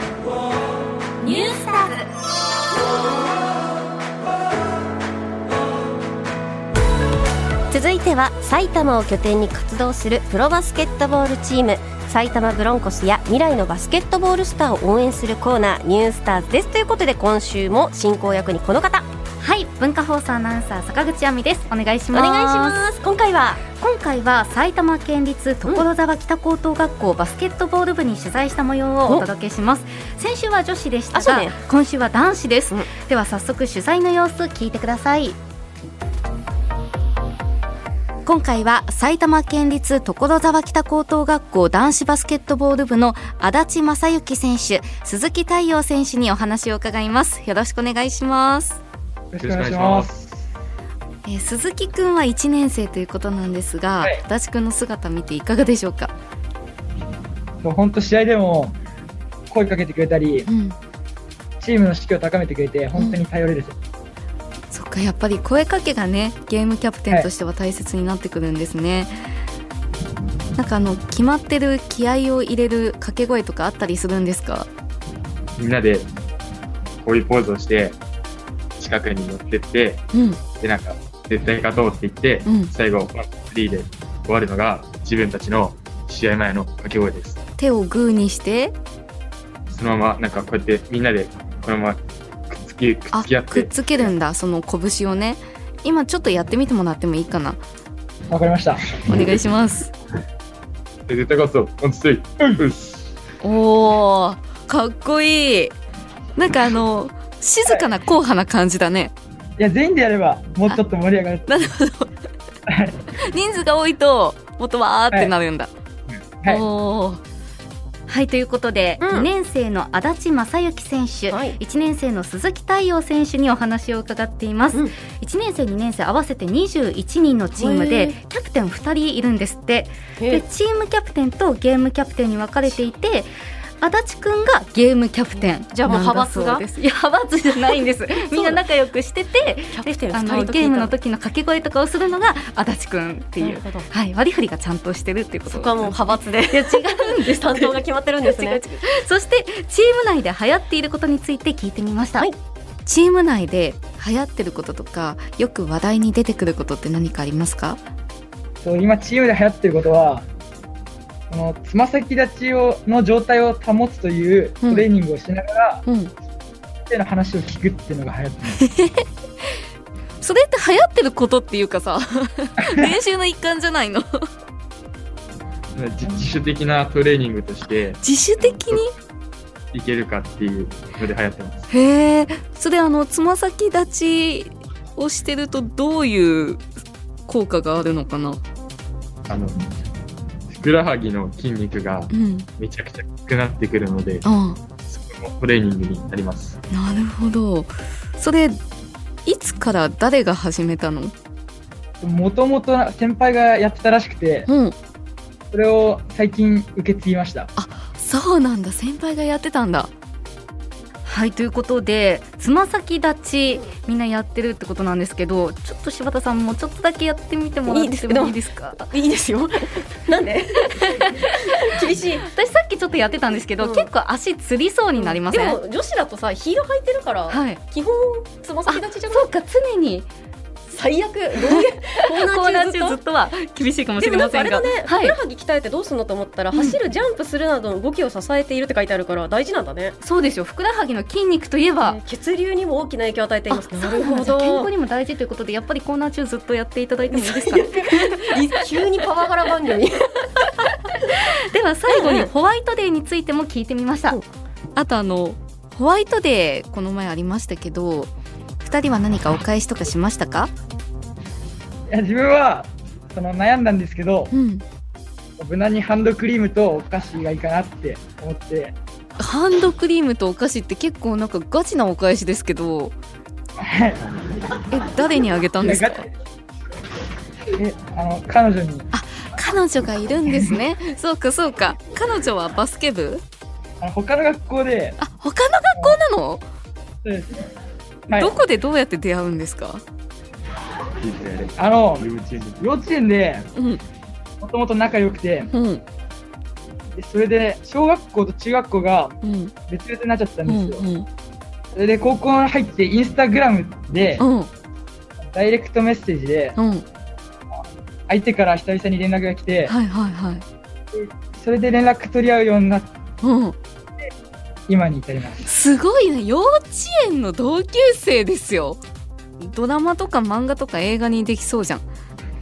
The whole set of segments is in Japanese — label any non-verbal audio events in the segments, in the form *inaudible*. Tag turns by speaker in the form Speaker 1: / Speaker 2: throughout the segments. Speaker 1: ニュースターズ
Speaker 2: 続いては埼玉を拠点に活動するプロバスケットボールチーム埼玉ブロンコスや未来のバスケットボールスターを応援するコーナー「ニュースターズ」ですということで今週も進行役にこの方
Speaker 3: はい文化放送アナウンサー坂口亜美ですお願いし
Speaker 2: お
Speaker 3: ます
Speaker 2: 願いします今回は
Speaker 3: 今回は埼玉県立所沢北高等学校バスケットボール部に取材した模様をお届けします先週は女子でした
Speaker 2: あそう
Speaker 3: が、
Speaker 2: ね
Speaker 3: 今週は男子です、
Speaker 2: うん
Speaker 3: では早速取材の様子聞いてください今回は埼玉県立所沢北高等学校男子バスケットボール部の足立正幸選手鈴木太陽選手にお話を伺いますよろしくお願いします
Speaker 4: よろしくお願いします。
Speaker 3: えー鈴木くんは1年生ということなんですが、
Speaker 4: はい
Speaker 3: 足立くんの姿見ていかがでしょうか、
Speaker 4: もう本当試合でも声かけてくれたり、
Speaker 3: うん、
Speaker 4: チームの士気を高めてくれて本当に頼れるです。
Speaker 3: そっかやっぱり声かけがねゲームキャプテンとしては大切になってくるんですね、なんかあの決まってる気合を入れる掛け声とかあったりするんですか
Speaker 5: みんなでこういうポーズをして、近くに持ってって、
Speaker 3: うん
Speaker 5: で、なんか、絶対勝とうって言って、
Speaker 3: うん
Speaker 5: 最後、3で終わるのが、自分たちの試合前の掛け声です。
Speaker 3: 手をグーにして
Speaker 5: そのまま、なんかこうやって、みんなで、このままくっつき、くっ
Speaker 3: あ
Speaker 5: つき合っ、
Speaker 3: くってつけるんだその拳をね今ちょっとやってみてもらってもいいかな
Speaker 4: わかりました。
Speaker 3: お願いします
Speaker 5: で絶対勝つぞ、落ち着い、うん
Speaker 3: *laughs* おーかっこいいなんかあの静かな硬派な感じだね、
Speaker 4: いや、全員でやればもうちょっと盛り上がる。
Speaker 3: なるほど
Speaker 4: はい。
Speaker 3: 人数が多いともっとわーってなるんだ。
Speaker 4: はい
Speaker 3: おーはいということで、
Speaker 2: うん
Speaker 3: 2年生の足立正幸選手、
Speaker 2: はい
Speaker 3: 1年生の鈴木太陽選手にお話を伺っています、
Speaker 2: うん
Speaker 3: 1年生2年生合わせて21人のチーム
Speaker 2: へ
Speaker 3: で
Speaker 2: ー
Speaker 3: キャプテン2人いるんですってで
Speaker 2: で
Speaker 3: チームキャプテンとゲームキャプテンに分かれていて足立くんがゲームキャプテン
Speaker 2: じゃあもう
Speaker 3: なんだそう
Speaker 2: 派
Speaker 3: ですいや派閥じゃないん
Speaker 2: *laughs*
Speaker 3: ですみんな仲良くしてて
Speaker 2: キャプテン
Speaker 3: あ
Speaker 2: 2
Speaker 3: の
Speaker 2: 人と
Speaker 3: ゲーム
Speaker 2: 時
Speaker 3: の
Speaker 2: っ
Speaker 3: 時の掛け声とかをするのが足立くんっ
Speaker 2: て
Speaker 3: ていうはい、割り振りがちゃんとしてるっていうこと
Speaker 2: そこは
Speaker 3: *laughs*
Speaker 2: もう派閥で
Speaker 3: いや違うんです
Speaker 2: 担当が決まってるん *laughs* です
Speaker 3: 違う違
Speaker 2: ね
Speaker 3: うそしてチーム内で流行っていることについて聞いてみました、
Speaker 2: はい
Speaker 3: チーム内で流行ってることとかよく話題に出てくることって何かありますか
Speaker 4: そう今チームで流行ってることは、このつま先立ちをの状態を保つというトレーニングをしながら、
Speaker 3: うん
Speaker 4: 相手の話を聞くっていうのが流行ってます。
Speaker 3: それって流行ってることっていうかさ *laughs* 練習の一環じゃないの
Speaker 5: 自自主的なトレーニングとして、
Speaker 3: *laughs* 自主的に
Speaker 5: いけるかっていうので流行ってます。
Speaker 3: へえそれあのつま先立ちをしてるとどういう効果があるのかな
Speaker 5: あの、ふくらはぎの筋肉が
Speaker 3: うん
Speaker 5: めちゃくちゃきつくなってくるので、
Speaker 3: ああ
Speaker 5: それもトレーニングになります。
Speaker 3: なるほどそれいつから誰が始めたの
Speaker 4: もともと先輩がやってたらしくて、
Speaker 3: うん
Speaker 4: それを最近受け継ぎました。
Speaker 3: そうなんだ先輩がやってたんだはいということでつま先立ちみんなやってるってことなんですけどちょっと柴田さんもちょっとだけやってみてもらっ
Speaker 2: いいです
Speaker 3: て
Speaker 2: けど
Speaker 3: もいいですか
Speaker 2: いいですよなんで厳しい
Speaker 3: *laughs* 私さっきちょっとやってたんですけど、
Speaker 2: うん
Speaker 3: 結構足つりそうになりません、
Speaker 2: でも女子だとさヒール履いてるから、
Speaker 3: はい
Speaker 2: 基本つま先立ちじゃない
Speaker 3: そうか常に
Speaker 2: 最悪どういうコ
Speaker 3: コー
Speaker 2: ー
Speaker 3: ナ
Speaker 2: ナ
Speaker 3: ー
Speaker 2: ー中
Speaker 3: 中ず
Speaker 2: ず
Speaker 3: っ
Speaker 2: っ
Speaker 3: とは厳しいかも
Speaker 2: と
Speaker 3: し
Speaker 2: で
Speaker 3: れ
Speaker 2: もなんか
Speaker 3: ませ
Speaker 2: あ
Speaker 3: ん
Speaker 2: れ
Speaker 3: が
Speaker 2: だね、
Speaker 3: は
Speaker 2: ふく
Speaker 3: い
Speaker 2: らはぎ鍛えてどうするのと思ったら、
Speaker 3: うん
Speaker 2: 走るジャンプするなどの動きを支えているって書いてあるから大事なんだね、
Speaker 3: そうですよふくらはぎの筋肉といえば、
Speaker 2: えー血流にも大きな影響を与えています
Speaker 3: あそうなんだ健康にも大事ということでやっぱりコーナー中ずっとやっていただいてもいいですか
Speaker 2: 急にパワハラ番組
Speaker 3: *laughs* では最後にホワイトデーについても聞いてみました
Speaker 2: うん
Speaker 3: あとあのホワイトデーこの前ありましたけど2人は何かお返しとかしましたか
Speaker 4: いや自分はその悩んだんですけど、
Speaker 3: うん
Speaker 4: 無難にハンドクリームとお菓子がいいかなって思って、
Speaker 3: ハンドクリームとお菓子って結構なんかガチなお返しですけ *laughs* ど
Speaker 4: はい
Speaker 3: え誰にあげたんですか
Speaker 4: いやガチえあの彼女に
Speaker 3: 彼女がいるんですね *laughs* そうかそうか彼女はバスケ部
Speaker 4: あの他の学校で、
Speaker 3: あ他の学校なの、
Speaker 4: そうですはい
Speaker 3: どこでどうやって出会うんですか
Speaker 4: あの
Speaker 5: ルームチェンジ
Speaker 4: 幼稚園で
Speaker 3: うん
Speaker 4: もともと仲良くて
Speaker 3: うん
Speaker 4: でそれで小学校と中学校が
Speaker 3: うん
Speaker 4: 別々になっちゃったん
Speaker 3: う
Speaker 4: ですよ、
Speaker 3: んうん
Speaker 4: それで高校に入ってインスタグラムで
Speaker 3: うん
Speaker 4: ダイレクトメッセージで
Speaker 3: うん
Speaker 4: 相手から久々に連絡が来て、
Speaker 3: はいはいはい
Speaker 4: それで連絡取り合うようになって
Speaker 3: うん
Speaker 4: 今に至ります
Speaker 3: すごいね幼稚園の同級生ですよドラマとか漫画とか映画にできそうじゃん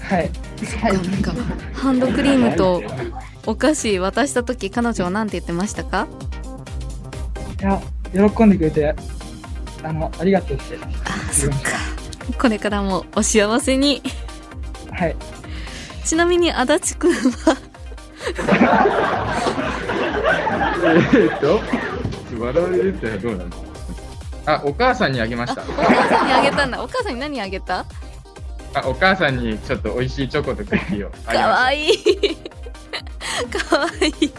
Speaker 4: はいはい
Speaker 3: なんかハンドクリームとお菓子渡した時彼女は何て言ってましたか
Speaker 4: いや喜んでくれてあのありがとうって
Speaker 3: あそっかこれからもお幸せに
Speaker 4: はい
Speaker 3: ちなみに足立くんは *laughs*
Speaker 5: えーっと、笑われるってのはどうなのあ、お母さんにあげました。
Speaker 3: お母さんにあげたんだお母さんに何あげた
Speaker 5: あ、お母さんにちょっと美味しいチョコとクッキーをあげました。
Speaker 3: かわいい *laughs* かわいい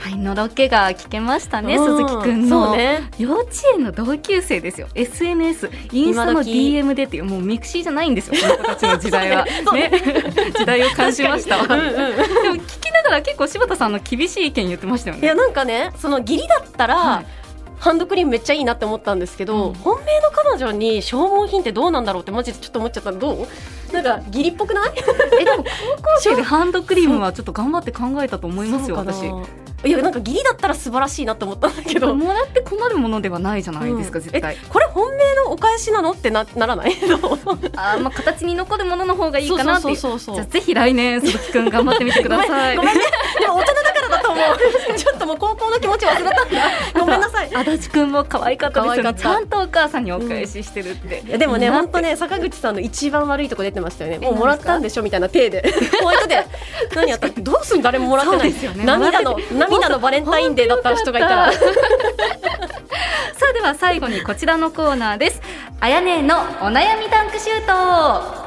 Speaker 3: はいのろけが聞けましたね鈴木くん
Speaker 2: そう
Speaker 3: の、
Speaker 2: ね
Speaker 3: 幼稚園の同級生ですよ SNS インスタの
Speaker 2: 今時
Speaker 3: DM でっていうもうミクシーじゃないんですよこの子たちの時代 *laughs* は
Speaker 2: そう
Speaker 3: ね時代を感じましたわ
Speaker 2: うんうん
Speaker 3: でも聞きながら結構柴田さんの厳しい意見言ってましたよ
Speaker 2: い
Speaker 3: ね。
Speaker 2: やなんかねその義理だったら、
Speaker 3: はい
Speaker 2: ハンドクリームめっちゃいいなって思ったんですけど、
Speaker 3: うん
Speaker 2: 本命の彼女に消耗品ってどうなんだろうってマジでちょっと思っちゃったのどうなんか義理っぽくない
Speaker 3: えでも高校生でハンドクリームはちょっと頑張って考えたと思いますよ
Speaker 2: そうかな
Speaker 3: 私。
Speaker 2: いやなんか義理だったら素晴らしいなって思ったんだけど
Speaker 3: もらって困るものではないじゃないですか、
Speaker 2: うん
Speaker 3: 絶対。
Speaker 2: これ本命のお返しなのってなならない *laughs* どう
Speaker 3: あーまあ形に残るものの方がいいかなっていう。じ
Speaker 2: そうそうそう
Speaker 3: ゃあぜひ来年鈴木くん頑張ってみてください。
Speaker 2: ごめんねでも大人だからだと思うちょっともう高校の気持ち忘れたんだごめんなさい
Speaker 3: 足立くんも可愛かったです
Speaker 2: 可
Speaker 3: よ
Speaker 2: 愛
Speaker 3: ね。
Speaker 2: かった
Speaker 3: ちゃんとお母さんにお返ししてるって。
Speaker 2: いやでもね、
Speaker 3: いいな
Speaker 2: 本当ね、坂口さんの一番悪いとこ出てましたよね。
Speaker 3: え
Speaker 2: もうもらったんでしょみたいな体で、ホワイトで、何やった、どうすん、誰ももらってない。
Speaker 3: そうですよね
Speaker 2: 涙の、涙のバレンタインデーだった人がいたら。
Speaker 3: *laughs* さあでは最後にこちらのコーナーですあやねえのお悩みタンクシュート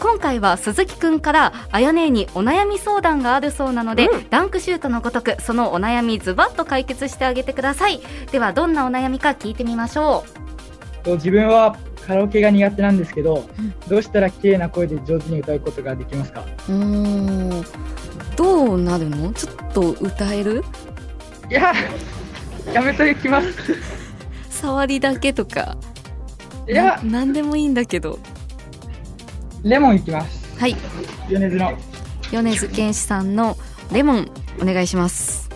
Speaker 3: 今回は鈴木くんからあやねえにお悩み相談があるそうなので、
Speaker 2: う
Speaker 3: ダンクシュートのごとくそのお悩みズバッと解決してあげてくださいではどんなお悩みか聞いてみましょ
Speaker 4: と自分はカラオケが苦手なんですけど、
Speaker 3: うん
Speaker 4: どうしたら綺麗な声で上手に歌うことができますか
Speaker 3: ううんどうなるのちょっと歌える
Speaker 4: いややめときます
Speaker 3: 触りだけとか
Speaker 4: いや
Speaker 3: 何でもいいんだけど
Speaker 4: レモンいきます
Speaker 3: はい
Speaker 4: 米津の
Speaker 3: 米津玄師さんのレモンお願いします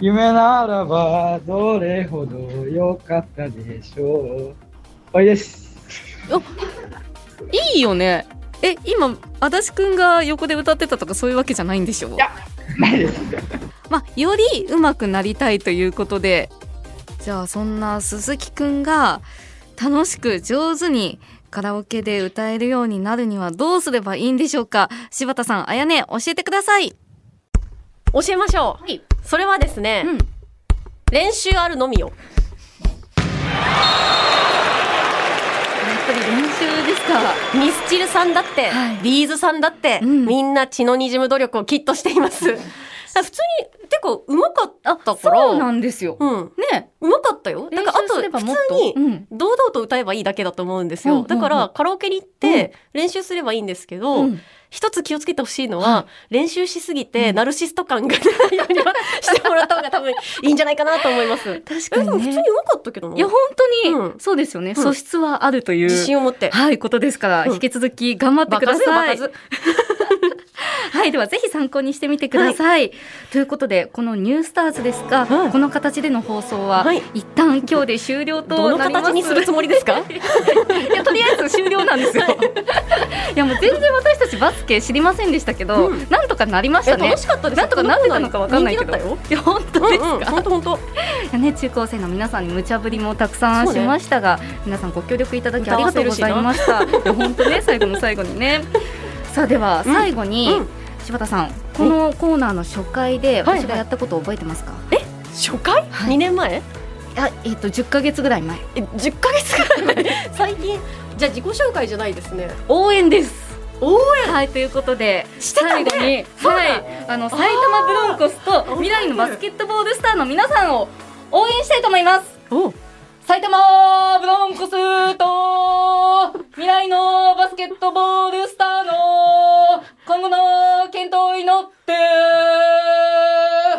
Speaker 4: 夢ならばどれほど良かったでしょう終わりです
Speaker 3: いいよね。え、今、足立くんが横で歌ってたとかそういうわけじゃないんでしょう
Speaker 4: やないです
Speaker 3: まあ、より上手くなりたいということで、じゃあそんな鈴木くんが楽しく上手にカラオケで歌えるようになるにはどうすればいいんでしょうか柴田さん、あやね、教えてください。
Speaker 2: 教えましょう。
Speaker 3: はい
Speaker 2: それはですね、
Speaker 3: うん。
Speaker 2: 練習あるのみよ。
Speaker 3: やっぱり練習ですか。
Speaker 2: ミスチルさんだって、
Speaker 3: はい
Speaker 2: ビーズさんだって、
Speaker 3: うん
Speaker 2: みんな血の滲む努力をきっとしています。あ普通に、結構うまかったから。
Speaker 3: そうなんですよ。
Speaker 2: うん、
Speaker 3: ね。
Speaker 2: うまかったよ。だ
Speaker 3: 練
Speaker 2: からあ
Speaker 3: 習
Speaker 2: と
Speaker 3: すれば
Speaker 2: 普通
Speaker 3: もっと。
Speaker 2: に
Speaker 3: うん。
Speaker 2: 堂々と歌えばいいだけだと思うんです
Speaker 3: うんうん
Speaker 2: よ。
Speaker 3: うん
Speaker 2: だから、カラオケに行って練習すればいいんですけど、
Speaker 3: うん
Speaker 2: 一つ気をつけてほしいのは、練習しすぎて
Speaker 3: うん
Speaker 2: ナルシスト感がないようにはしてもらった方が多分いいんじゃないかなと思います。え
Speaker 3: 確
Speaker 2: でも普通に上手かったけど
Speaker 3: いや、
Speaker 2: な
Speaker 3: 本。当に、
Speaker 2: うん
Speaker 3: そうですよね。
Speaker 2: ん
Speaker 3: 素質はあるという。
Speaker 2: 自信を持って。
Speaker 3: はい、ことですから、
Speaker 2: うん
Speaker 3: 引き続き頑張ってください。
Speaker 2: バカずよ
Speaker 3: *laughs* はい、ではぜひ参考にしてみてください。ということで、このニュースターズですが、
Speaker 2: はい
Speaker 3: この形での放送は、
Speaker 2: はい
Speaker 3: 一旦今日で終
Speaker 2: バ
Speaker 3: 了
Speaker 2: カずど
Speaker 3: と
Speaker 2: の
Speaker 3: なります。
Speaker 2: 形にするつもりですか
Speaker 3: いや、とりあえず終了なんですよ。いや、もう全然私たちバスケ知りませんでしたけど、
Speaker 2: うん
Speaker 3: なんとかなりまし
Speaker 2: え
Speaker 3: たね
Speaker 2: 楽。しかったです
Speaker 3: なんとかなってたのかわかんないけど。
Speaker 2: 人気だったよ。
Speaker 3: いや、本当ですか。
Speaker 2: うんうん本当本当。
Speaker 3: いやね、中高生の皆さんに無茶ぶりもたくさん
Speaker 2: そう
Speaker 3: し
Speaker 2: ね
Speaker 3: ましたが、皆さんご協力いただきありがとうございました。いや本当ね、最後の最後にね。さあでは
Speaker 2: うん
Speaker 3: 最後に、
Speaker 2: うん
Speaker 3: 柴田さん、このコーナーの初回で
Speaker 2: はい
Speaker 3: 私がやったことを覚えてますか？
Speaker 2: 初回
Speaker 3: はい
Speaker 2: 二年前
Speaker 3: あ、えっ、と10ヶ月ぐらい前。
Speaker 2: え十ヶ月くらい前最近じゃあ自己紹介じゃないですね。
Speaker 3: 応援です。応援はいということで、
Speaker 2: してたね
Speaker 3: 最後にはいあの埼玉ブロンコスと未来のバスケットボールスターの皆さんを応援したいと思います。
Speaker 2: お埼玉ブロンコスと未来のバスケットボールスターの今後の健闘を祈ってふれー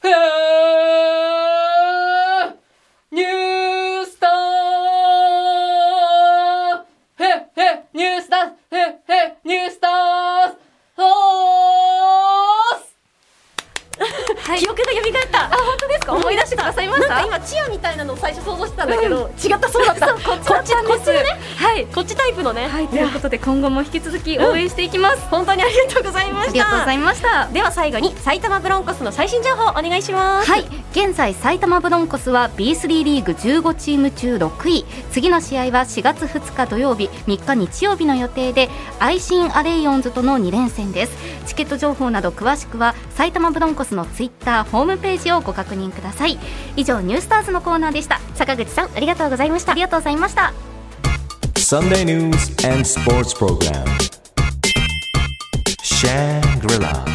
Speaker 2: ふれーニュースターへへニュースターへへニュースターおーす
Speaker 6: 記憶が蘇った。あ、本当ですか。思い出してくださいました。なんか今チアみたいなのを最初想像してたんだけど、違ったそうだった。こっちこっちこっちね。はい。こっちタイプのね。
Speaker 3: はい、ということで今後も引き続き応援していきます。
Speaker 6: 本当にありがとうございました。
Speaker 3: ありがとうございました。
Speaker 6: では最後に埼玉ブロンコスの最新情報お願いします。
Speaker 3: はい現在埼玉ブロンコスは B3 リーグ15チーム中6位次の試合は4月2日土曜日3日日曜日の予定でアイシンアレイオンズとの2連戦ですチケット情報など詳しくは埼玉ブロンコスのツイッターホームページをご確認ください以上ニュースターズのコーナーでした
Speaker 6: 坂口さんありがとうございました
Speaker 3: あ。りがとうございました
Speaker 7: Sunday news and sports program. Shangri-La.